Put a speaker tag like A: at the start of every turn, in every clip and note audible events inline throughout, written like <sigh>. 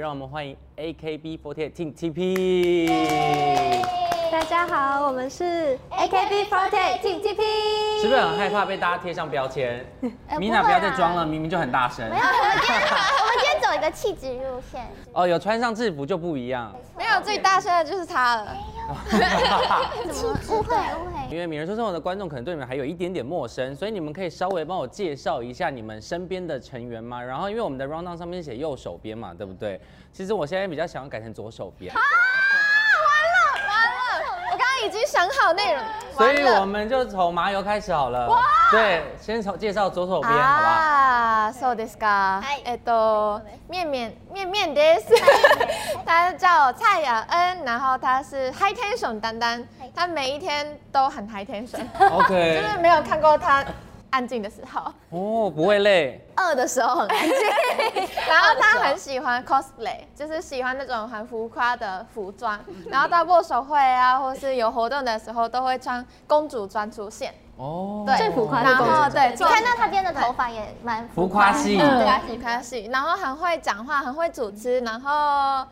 A: 让我们欢迎 AKB48 Team TP。
B: 大家好，我们是 AKB48 Team TP。
A: 是不是很害怕被大家贴上标签？米娜不
C: 不会
A: 要
C: 啊
A: 再装了，明明就很大声。
C: 我哦们今天走一个气质路线， <laughs>
A: 哦，有穿上制服就不一样。
D: 没有最大声的就是他了。
C: 怎么误会误会？
A: 因为《名人说生活》的观众可能对你们还有一点点陌生，所以你们可以稍微帮我介绍一下你们身边的成员吗？然后，因为我们的 round down 上面写右手边嘛，对不对？其实我现在比较想要改成左手
C: <laughs>
A: 边，
D: 啊我刚刚已经想好内容，
A: 所以我们就从麻油开始好了。对，先从介绍左手边，好不好？
D: 啊，そうですか
C: はい。
D: えっと、哎面面面面です。他叫蔡雅恩，然后他是 high tension 担当，他每一天都很 high tension，就 <laughs>
C: <laughs>
A: OK，
D: 是没有看过他安静的时候，
A: 哦，不会累，
C: 饿的时候很安静，
D: <laughs> 然后他很喜欢 cosplay，就是喜欢那种很浮夸的服装，
C: 嗯
D: 然后到握手会啊，或是有活动的时候，都会穿公主装出现。
A: 哦，
D: 对
B: 最浮夸的
D: 然
B: 公主
D: 后对，
C: 你看到他今天的头发也蛮
A: 浮夸系
C: 嗯
D: 对，很开心，然后很会讲话，很会主持，然后，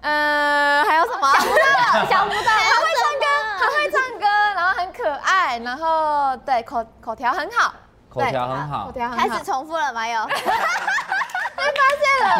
D: 嗯，还有什么？
C: 哦想
D: 很
C: 不到，
D: 会唱歌，很会唱歌，然后很可爱，然后对口口条很好，
A: 口条很
D: 对
A: 好
D: 口，条很好。
C: 开始重复了吗？有，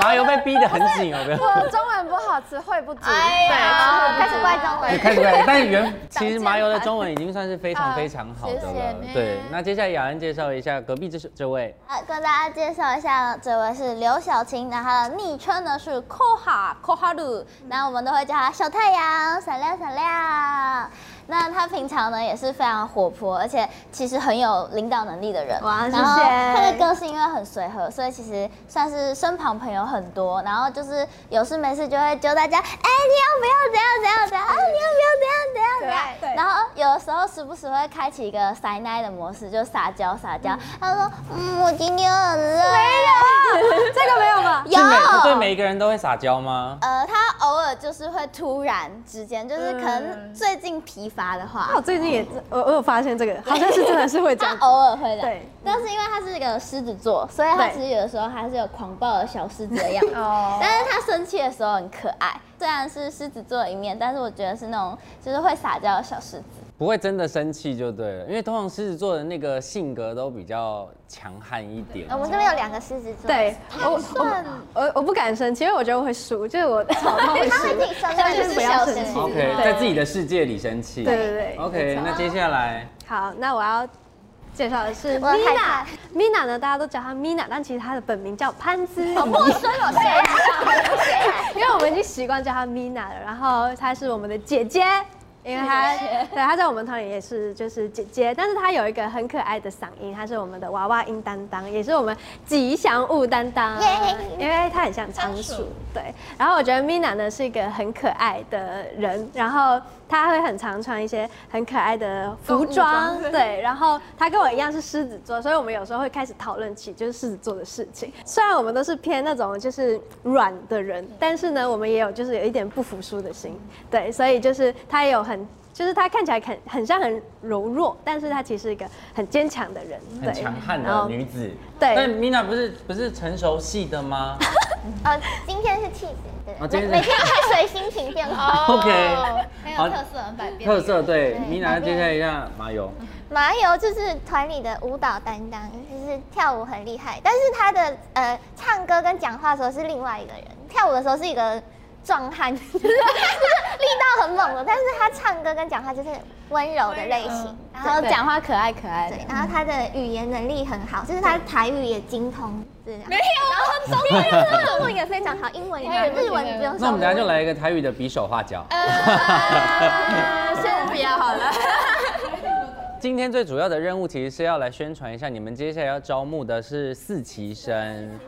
A: 麻油被逼得很紧，有没有？
D: 我中文不好，词汇不足，
C: 哎呀，
D: 对，
C: 开
D: 词汇
C: 始
D: 不足
C: 怪中
A: 对
C: 文，
A: 开始怪，但是原
C: 挡
A: 其实
C: 箭
A: 麻油的
C: 牌
A: 中文已经算是非常非常好的
D: 啊谢
A: 了
D: 谢。呢
A: 对，那接下来雅恩介绍一下隔壁这是这位，
C: 呃，跟大家介绍一下，这位是刘晓晴，那她的昵称呢是 Koha Koharu，那嗯我们都会叫她小太阳，闪亮闪亮。那她平常呢也是非常活泼，而且其实很有领导能力的人。
B: 哇谢谢
C: 然后她的个性因为很随和，所以其实算是身旁朋友很多。然后就是有事没事就会揪大家，哎，你要不要怎样怎样怎样啊？你要不要怎样怎样怎样？
D: 可爱
C: 然后有的时候时不时会开启一个塞奶的模式，就撒娇撒娇。他说：“嗯，我今天很累。”啊
B: 这个没有吧？
C: 有
A: 是每对每一个人都会撒娇吗？
C: 呃，他偶尔就是会突然之间，就是可能
D: 嗯
C: 最近疲乏的话
B: 那，啊我最近也，我我有发现这个，好像是真的是会这
C: 他
E: <laughs>
B: 样。
E: 啊
C: 偶尔会的。
B: 对
C: 但是因为他是一个狮子座，所以他
B: 对
C: 其实有的时候还是有狂暴的小狮子
B: <laughs>
C: 的样子。
D: 哦
C: 但是他生气的时候很可爱，虽然是狮子座的一面，但是我觉得是那种就是会撒娇的小狮子。
A: 不会真的生气就对了，因为通常狮子座的那个性格都比较强悍一点。
C: 哦
B: 呃
C: 我们这边有两个狮子座，
B: 对，我我我我不敢生气，因为我觉得我会输，就是我吵
E: 哎
B: 到会
C: 他
B: 输
C: 会。自己生
B: 但
C: 但
B: 是
C: 是
B: 不
C: 不
B: 要
C: 要
B: 生
C: 生
B: 气
C: 气。
B: <laughs>
A: OK，
B: 对
A: 在自己的世界里生气。
B: 对对对
A: OK，那接下来
B: 好，那我要介绍的是
C: 我很害
B: Mina
C: 怕。
B: Mina 呢，大家都叫她 Mina，但其实她的本名叫潘姿怡。
C: 生有谁啊？
B: <laughs> 因为我们已经习惯叫她 Mina 了，然后她是我们的姐姐，因为她对她在我们团里也是就是姐姐，但是她有一个很可爱的嗓音，她是我们的娃娃音担当，也是我们吉祥物担当
C: 耶，
B: 因为她很像仓鼠，对。然后我觉得 Mina 呢是一个很可爱的人，然后她会很常穿一些很可爱的服装，对。然后她跟我一样是狮子座，所以我们有时候会开始讨论起就是狮子座的事情。虽然我们都是偏那种就是软的人，但是呢，我们也有就是有一点不服输的心，对。所以就是她也有很。就是她看起来很很像很柔弱，但是她其实是一个很坚强的人，
A: 很强悍
B: 然
A: 的
B: 后
A: 女子。
B: 对
A: 但 Mina 不是不是成熟系的吗
C: 呃，今天是气质，对
A: 哦今天是
C: 每天看随心情变化，
A: ？OK，
C: 很
A: 好
C: 有特色，很百变。
A: 特色对
C: 对
A: ，Mina 接下来一下麻油。
C: 麻油就是团里的舞蹈担当，就是跳舞很厉害，但是他的呃唱歌跟讲话的时候是另外一个人，跳舞的时候是一个壮汉，就是就是力道很猛的，但是他唱歌跟讲话就是温柔的类型，然后讲
B: 话可爱可爱
C: 对，然后他的语言能力很好，就是他台语也精通，对没
D: 有，中
C: 有，中文也非常好，英文也好，日文不用说。
A: 那我们等一下就来一个台语的比手画脚。
D: 呃先不要好了。
A: 今天最主要的任务其实是要来宣传一下，你们接下来要招募的是四期生。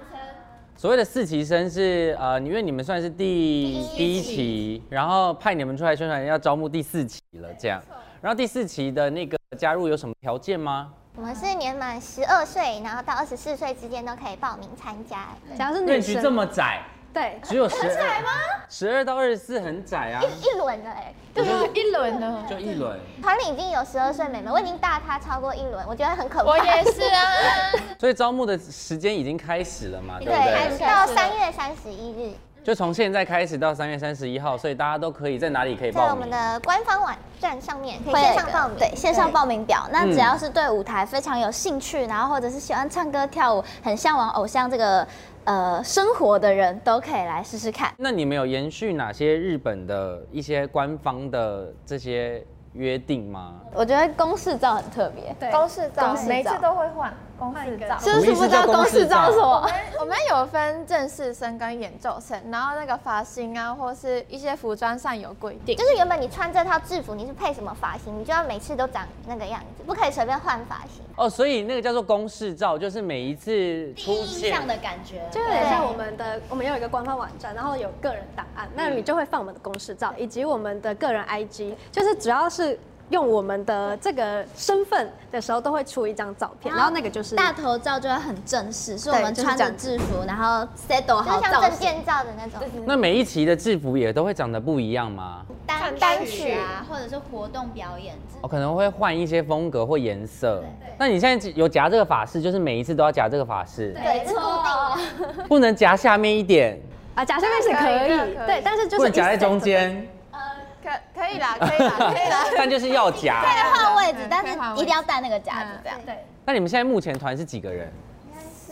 A: 所谓的四期生是呃，因为你们算是第第一期，然后派你们出来宣传要招募第四期了，这样。然后第四期的那个加入有什么条件吗？
C: 我们是年满十二岁，然后到二十四岁之间都可以报名参加。
B: 只要是女
A: 面积这
B: 生，
A: 么窄，
B: 对，
A: 只有十二吗？十二到二十四很窄啊，
C: 一轮了哎、
D: 就是 <laughs> 一轮呢，
A: 就一轮。
C: 团里已经有十二岁妹妹，我已经大她超过一轮，我觉得很可怕。
D: 我也是啊。
A: 所以招募的时间已经开始了嘛，对不
C: 对，
A: 对？
C: 到三月三十一日，
A: 就从现在开始到三月三十一号，所以大家都可以在哪里可以
C: 在
A: 报
C: 我们
E: 啊
A: 名？
C: 的官方网站上面可以
E: 会有
C: 线
E: 一
C: 上
E: 个
C: 报名。
E: 对线上报名表。那
A: 嗯
E: 只要是对舞台非常有兴趣，然后或者是喜欢唱歌跳舞、很向往偶像这个呃生活的人，都可以来试试看。
A: 那你们有延续哪些日本的一些官方的这些约定吗？
E: 我觉得公式照很特别，
B: 对
D: 公式照
E: 公式，照
D: 每次都会换公式照。
E: 就
A: 什么
E: 是
A: 意
E: 不
A: 思
E: 知道
A: 叫公
E: 公
A: 式
E: 式
A: 照
E: 照是什
D: 我
E: 么。
D: 们我们有分正式身跟演奏身，然后那个发型啊，或是一些服装上有规定。
C: 就是原本你穿这套制服，你是配什么发型，你就要每次都长那个样子，不可以随便换发型。
A: 哦，所以那个叫做公式照，就是每一次
E: 第
A: 出
E: 一印
A: 现
E: 象的感觉，
B: 就有点像我们的，我们有一个官方网站，然后有个人档案，那里就会放我们的公式照，以及我们的个人 IG，就是只要是用我们的这个身份的时候，都会出一张照片，然后啊那个就是
E: 大头照就会很正式，是我们
D: 就是
E: 穿
D: 这
E: 着
D: 样
E: 制服，然后 settle
C: 就是
E: 好
C: 像
E: 造
C: 证
E: 型。
C: 件照的那种
A: 那每一期的制服也都会长得不一样吗？
E: 单
C: 单
E: 曲
C: 曲
E: 啊，或者是活动表演之
A: 哦我、可能会换一些风格或颜色。那你现在有夹这个发饰，就是每一次都要夹这个发饰，
C: 对，是固定的。
A: 不能夹下面一点，
B: 啊，假设面是可
D: 可以可
B: 以
D: 以，
B: 对，但是就是
A: 不能夹在
B: instead
A: 中间，
D: 可可以 <laughs> 啦，可以啦，可以啦。
A: <laughs> 但就是要夹。
E: 可以换位置
D: 嗯，
E: 但是
D: 可以换位
E: 一定要带那个夹子
D: 嗯
E: 这样。
A: 那你们现在目前团是几个人？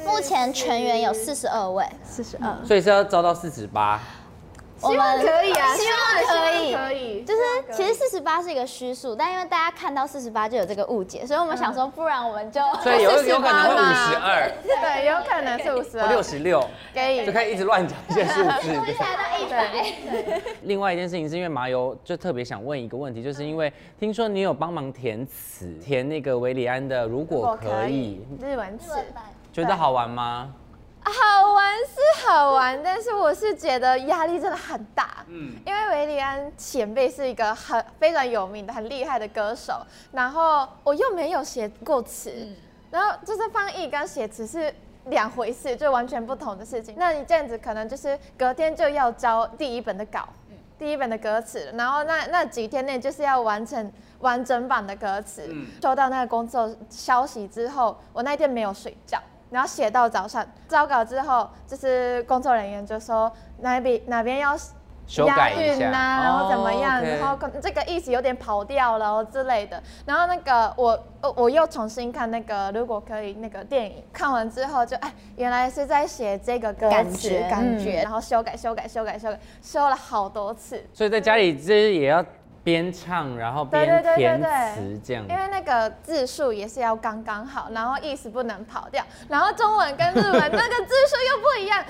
E: 目前全员有四十二位，
B: 四十二。
A: 所以是要招到四十八。
E: 我们
D: 可以啊，
E: 希
D: 希望
E: 望可
D: 希望可
E: 以。
D: 以。
E: 就是其实四十八是一个虚数，但因为大家看到四十八就有这个误解，所以我们想说，不然我们就
A: 嗯所以有
D: 48
A: 有可能会五
D: 嘛
A: 十二、
D: 对，有可能是五十
A: 六
D: 二，
A: 十六，
D: 可以
A: 就。开始一直乱讲一些数字。
D: 啊
E: 到一百。
A: 另外一件事情是因为麻油就特别想问一个问题，就是因为听说你有帮忙填词，填那个维里安的《如果可以
D: 日文词。》，
A: 觉得好玩吗？
D: 好玩是好玩，但是我是觉得压力真的很大。
A: 嗯
D: 嗯，因为维里安前辈是一个很非常有名的、很厉害的歌手，然后我又没有写过词，然后就是翻译跟写词是。两回事，就完全不同的事情。那你这样子可能就是隔天就要交第一本的稿，第一本的歌词了，然后那那几天内就是要完成完整版的歌词。收到那个工作消息之后，我那一天没有睡觉，然后写到早上。交稿之后，就是工作人员就说哪边哪边要
A: 修改一下
D: 押韵啊，然后怎么样，
A: 哦，OK
D: 然后可能这个意思有点跑掉了哦之类的。然后那个我我我又重新看那个，如果可以那个电影，看完之后就哎，原来是在写这个歌词
E: 感觉
D: 感觉，
E: 嗯
D: 然后修改修改修改修改，修了好多次。
A: 所以在家里这也要边唱然后边
D: 对对对
A: 填
D: 对对
A: 词这样
D: 因。为那个字数也是要刚刚好，然后意思不能跑掉，然后中文跟日
A: <laughs>
D: 文那个字数又不一样，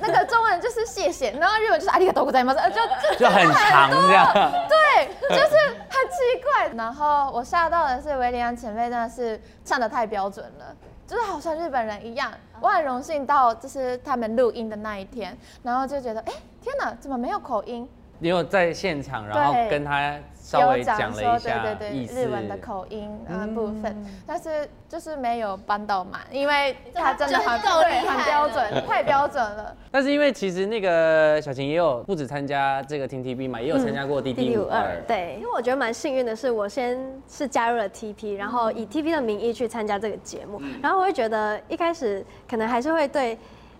D: 那个中文就是谢谢，然后日文就是ありがとうございます，呃就就
A: 就很长这样，
D: 对，就是很奇怪。然后我吓到的是维里安前辈真的是唱的太标准了。就是好像日本人一样，
E: 哦
D: 我很荣幸到就是他们录音的那一天，然后就觉得，哎、天哪，怎么没有口音？
A: 你有在现场，然后
D: 对
A: 跟他稍微
D: 有
A: 讲了一下
D: 说对对
A: 意
D: 对，
A: 思
D: 日。文的口音啊部分，
E: 嗯
D: 但是就是没有搬到满，因为它真的很
E: 真的够厉
D: 对，
E: 害
D: 很标
E: <laughs>
D: 准，太标准了。
A: 但是因为其实那个小晴也有不止参加这个听 T B 嘛，也有参加过
D: 嗯
A: D
B: 第
A: D
B: 五
A: 五
B: 二
A: 二，，
B: 对，因为我觉得蛮幸运的是，我先是加入了 TP，然后以 TP 的名义去参加这个节目，然后我会觉得一开始可能还是会对。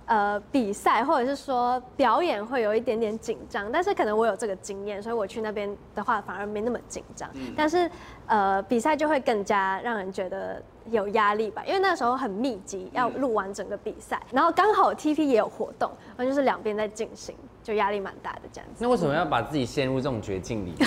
B: 呃，比赛或者是说表演会有一点点紧张，但是可能我有这个经验，所以我去那边的话反而没那么紧张。但是呃，比赛就会更加让人觉得有压力吧，因为那时候很密集，要录完整个比赛，然后刚好 TP 也有活动，然后就是两边在进行，就压力蛮大的这样子。
A: 那为什么要把自己陷入这种绝境里呢？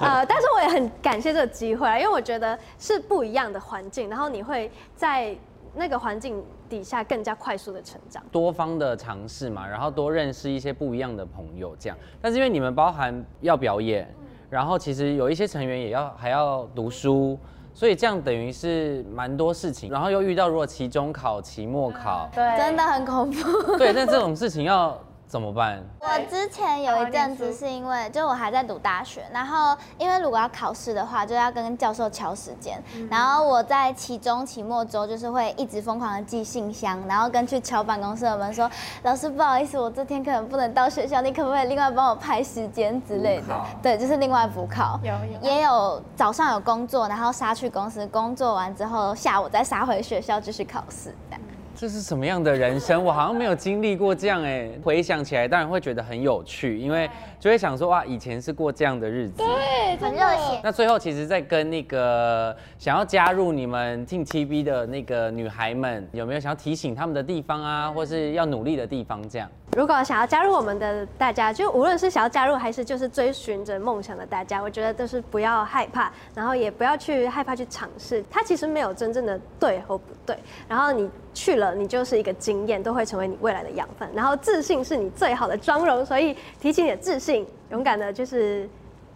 B: 呃，但是我也很感谢这个机会啊，因为我觉得是不一样的环境，然后你会在那个环境底下更加快速的成长。
A: 多方的尝试嘛，然后多认识一些不一样的朋友这样。但是因为你们包含要表演，
D: 嗯
A: 然后其实有一些成员也要还要读书，所以这样等于是蛮多事情。然后又遇到如果期中考、期末考，
D: 对，
E: 真的很恐怖。
A: 对，那这种事情要怎么办？
E: 我之前有一阵子是因为，就我还在读大学，然后因为如果要考试的话，就要跟教授调时间，
D: 嗯
E: 然后我在期中、期末周就是会一直疯狂的寄信箱，然后跟去敲办公室的门说，老师不好意思，我这天可能不能到学校，你可不可以另外帮我排时间之类
A: 补
E: 的
A: 考？
E: 对，就是另外补考。
D: 有有。
E: 也有早上有工作，然后杀去公司工作完之后，下午再杀回学校继续考试。这样
A: 这是什么样的人生？我好像没有经历过这样哎。回想起来，当然会觉得很有趣，因为就会想说哇，以前是过这样的日子。
C: 很热血。
A: 那最后，其实，在跟那个想要加入你们 Team TB 的那个女孩们，有没有想要提醒他们的地方啊，或是要努力的地方？这样，
B: 如果想要加入我们的大家，就无论是想要加入还是就是追寻着梦想的大家，我觉得都是不要害怕，然后也不要去害怕去尝试。它其实没有真正的对或不对，然后你去了，你就是一个经验，都会成为你未来的养分。然后自信是你最好的妆容，所以提起你的自信，勇敢的就是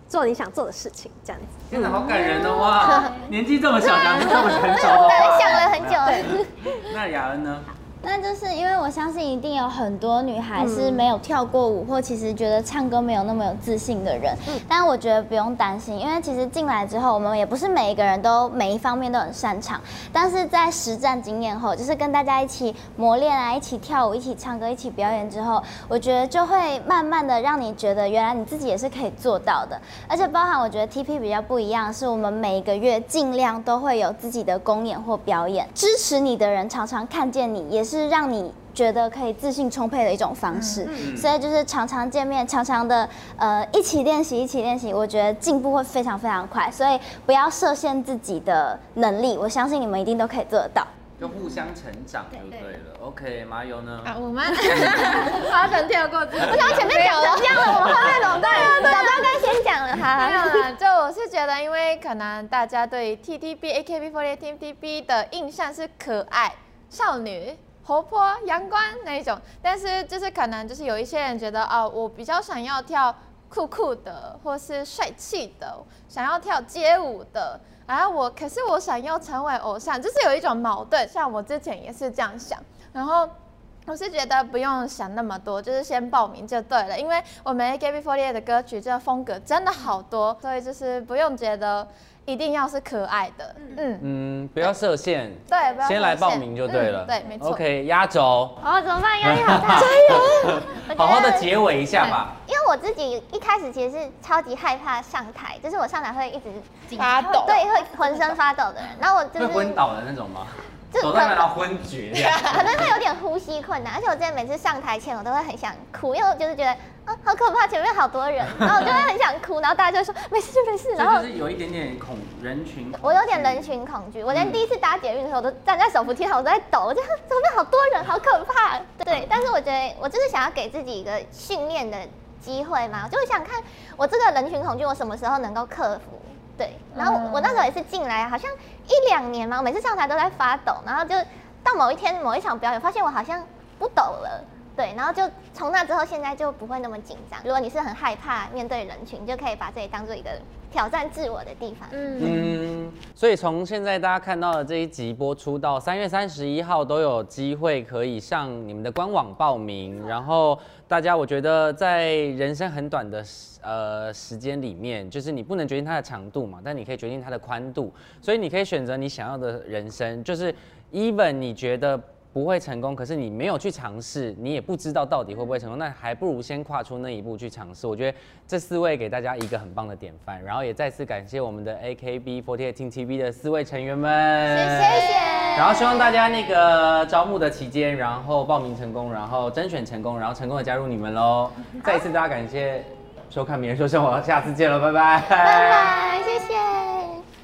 B: 做你想做的事情，这样子。
A: 天哪，好感人哦哇！ <laughs> 年纪这么小，讲出 <laughs> 这么成熟的
C: 我刚
A: 话 <laughs>
C: 刚想了很久，
A: 那雅恩呢？
E: 那就是因为我相信一定有很多女孩是没有跳过舞，或其实觉得唱歌没有那么有自信的人。但我觉得不用担心，因为其实进来之后，我们也不是每一个人都每一方面都很擅长。但是在实战经验后，就是跟大家一起磨练啊，一起跳舞，一起唱歌，一起表演之后，我觉得就会慢慢的让你觉得原来你自己也是可以做到的。而且包含我觉得 TP 比较不一样，是我们每一个月尽量都会有自己的公演或表演，支持你的人常常看见你，也是让你。觉得可以自信充沛的一种方式，所以就是常常见面，常常的呃一起练习，一起练习，我觉得进步会非常非常快，所以不要设限自己的能力，我相信你们一定都可以做得到。
A: 就互相成长就对了。OK，麻油呢？
D: 啊，我们 <laughs> 花神跳过自己，我
C: 我想前面讲成这样了，我们后面垄断，垄断该先讲了哈。
D: 没有啦，就我是觉得，因为可能大家对 T T B A K B 4 8 T T B 的印象是可爱、少女、活泼、阳光那一种，但是就是可能就是有一些人觉得哦，我比较想要跳酷酷的，或是帅气的，想要跳街舞的。然后啊我，可是我想要成为偶像，就是有一种矛盾。像我之前也是这样想，然后我是觉得不用想那么多，就是先报名就对了，因为我们 AKB48 的歌曲这风格真的好多，所以就是不用觉得一定要是可爱的，嗯，
A: 嗯，不要设限，
D: 对，不要
A: 先来
D: 设限
A: 报名就对了。
D: 嗯对，没错。
A: OK，压轴，
C: 哦，怎么办？压力
A: <laughs>
C: 好大。我觉得
A: 好好的结尾一下吧。
C: 因为我自己一开始其实是超级害怕上台，就是我上台会一直
D: 发抖
C: 对，会浑身发抖的人。然后我就
A: 会
C: 是
A: 昏倒的那种吗？
C: 就
A: 走到
C: 可
A: 半道昏厥这样。
C: 可能会有点呼吸困难，而且我之前每次上台前我都会很想哭，因为我就是觉得啊好可怕，前面好多人，然后我就会很想哭，然后大家就说没事没事， <laughs> 然
A: 这
C: 后
A: 就是有一点点恐人群恐惧，
C: 我有点人群恐惧，我连第一次搭捷运的时候，我都站在手扶 <laughs> 梯上，我都在抖，我就啊怎么办好多人，好可怕。对，但是我觉得我就是想要给自己一个训练的机会嘛，我就想看我这个人群恐惧，我什么时候能够克服。对，然后我,、我那时候也是进来，好像一两年嘛，我每次上台都在发抖，然后就到某一天某一场表演，发现我好像不抖了。对，然后就从那之后，现在就不会那么紧张。如果你是很害怕面对人群，你就可以把这里当做一个挑战自我的地方。
A: 嗯，所以从现在大家看到的这一集播出到三月三十一号，都有机会可以上你们的官网报名。然后大家，我觉得在人生很短的时呃时间里面，就是你不能决定它的长度嘛，但你可以决定它的宽度。所以你可以选择你想要的人生，就是 even 你觉得。不会成功，可是你没有去尝试，你也不知道到底会不会成功，那还不如先跨出那一步去尝试。我觉得这四位给大家一个很棒的典范，然后也再次感谢我们的 AKB48 Team TB 的四位成员们，
C: 谢谢。
A: 然后希望大家那个招募的期间，然后报名成功，然后甄选成功，然后成功的加入你们喽。再一次大家感谢收看《名人说生活》，下次见了，拜拜，拜
C: 拜。拜，谢谢。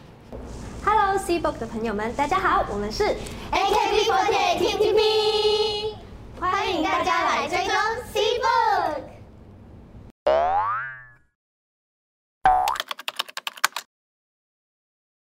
B: Hello C Book 的朋友们，大家好，我们是
C: AKB48 Team TP，
B: 欢
C: 欢迎大家来追踪 C 部。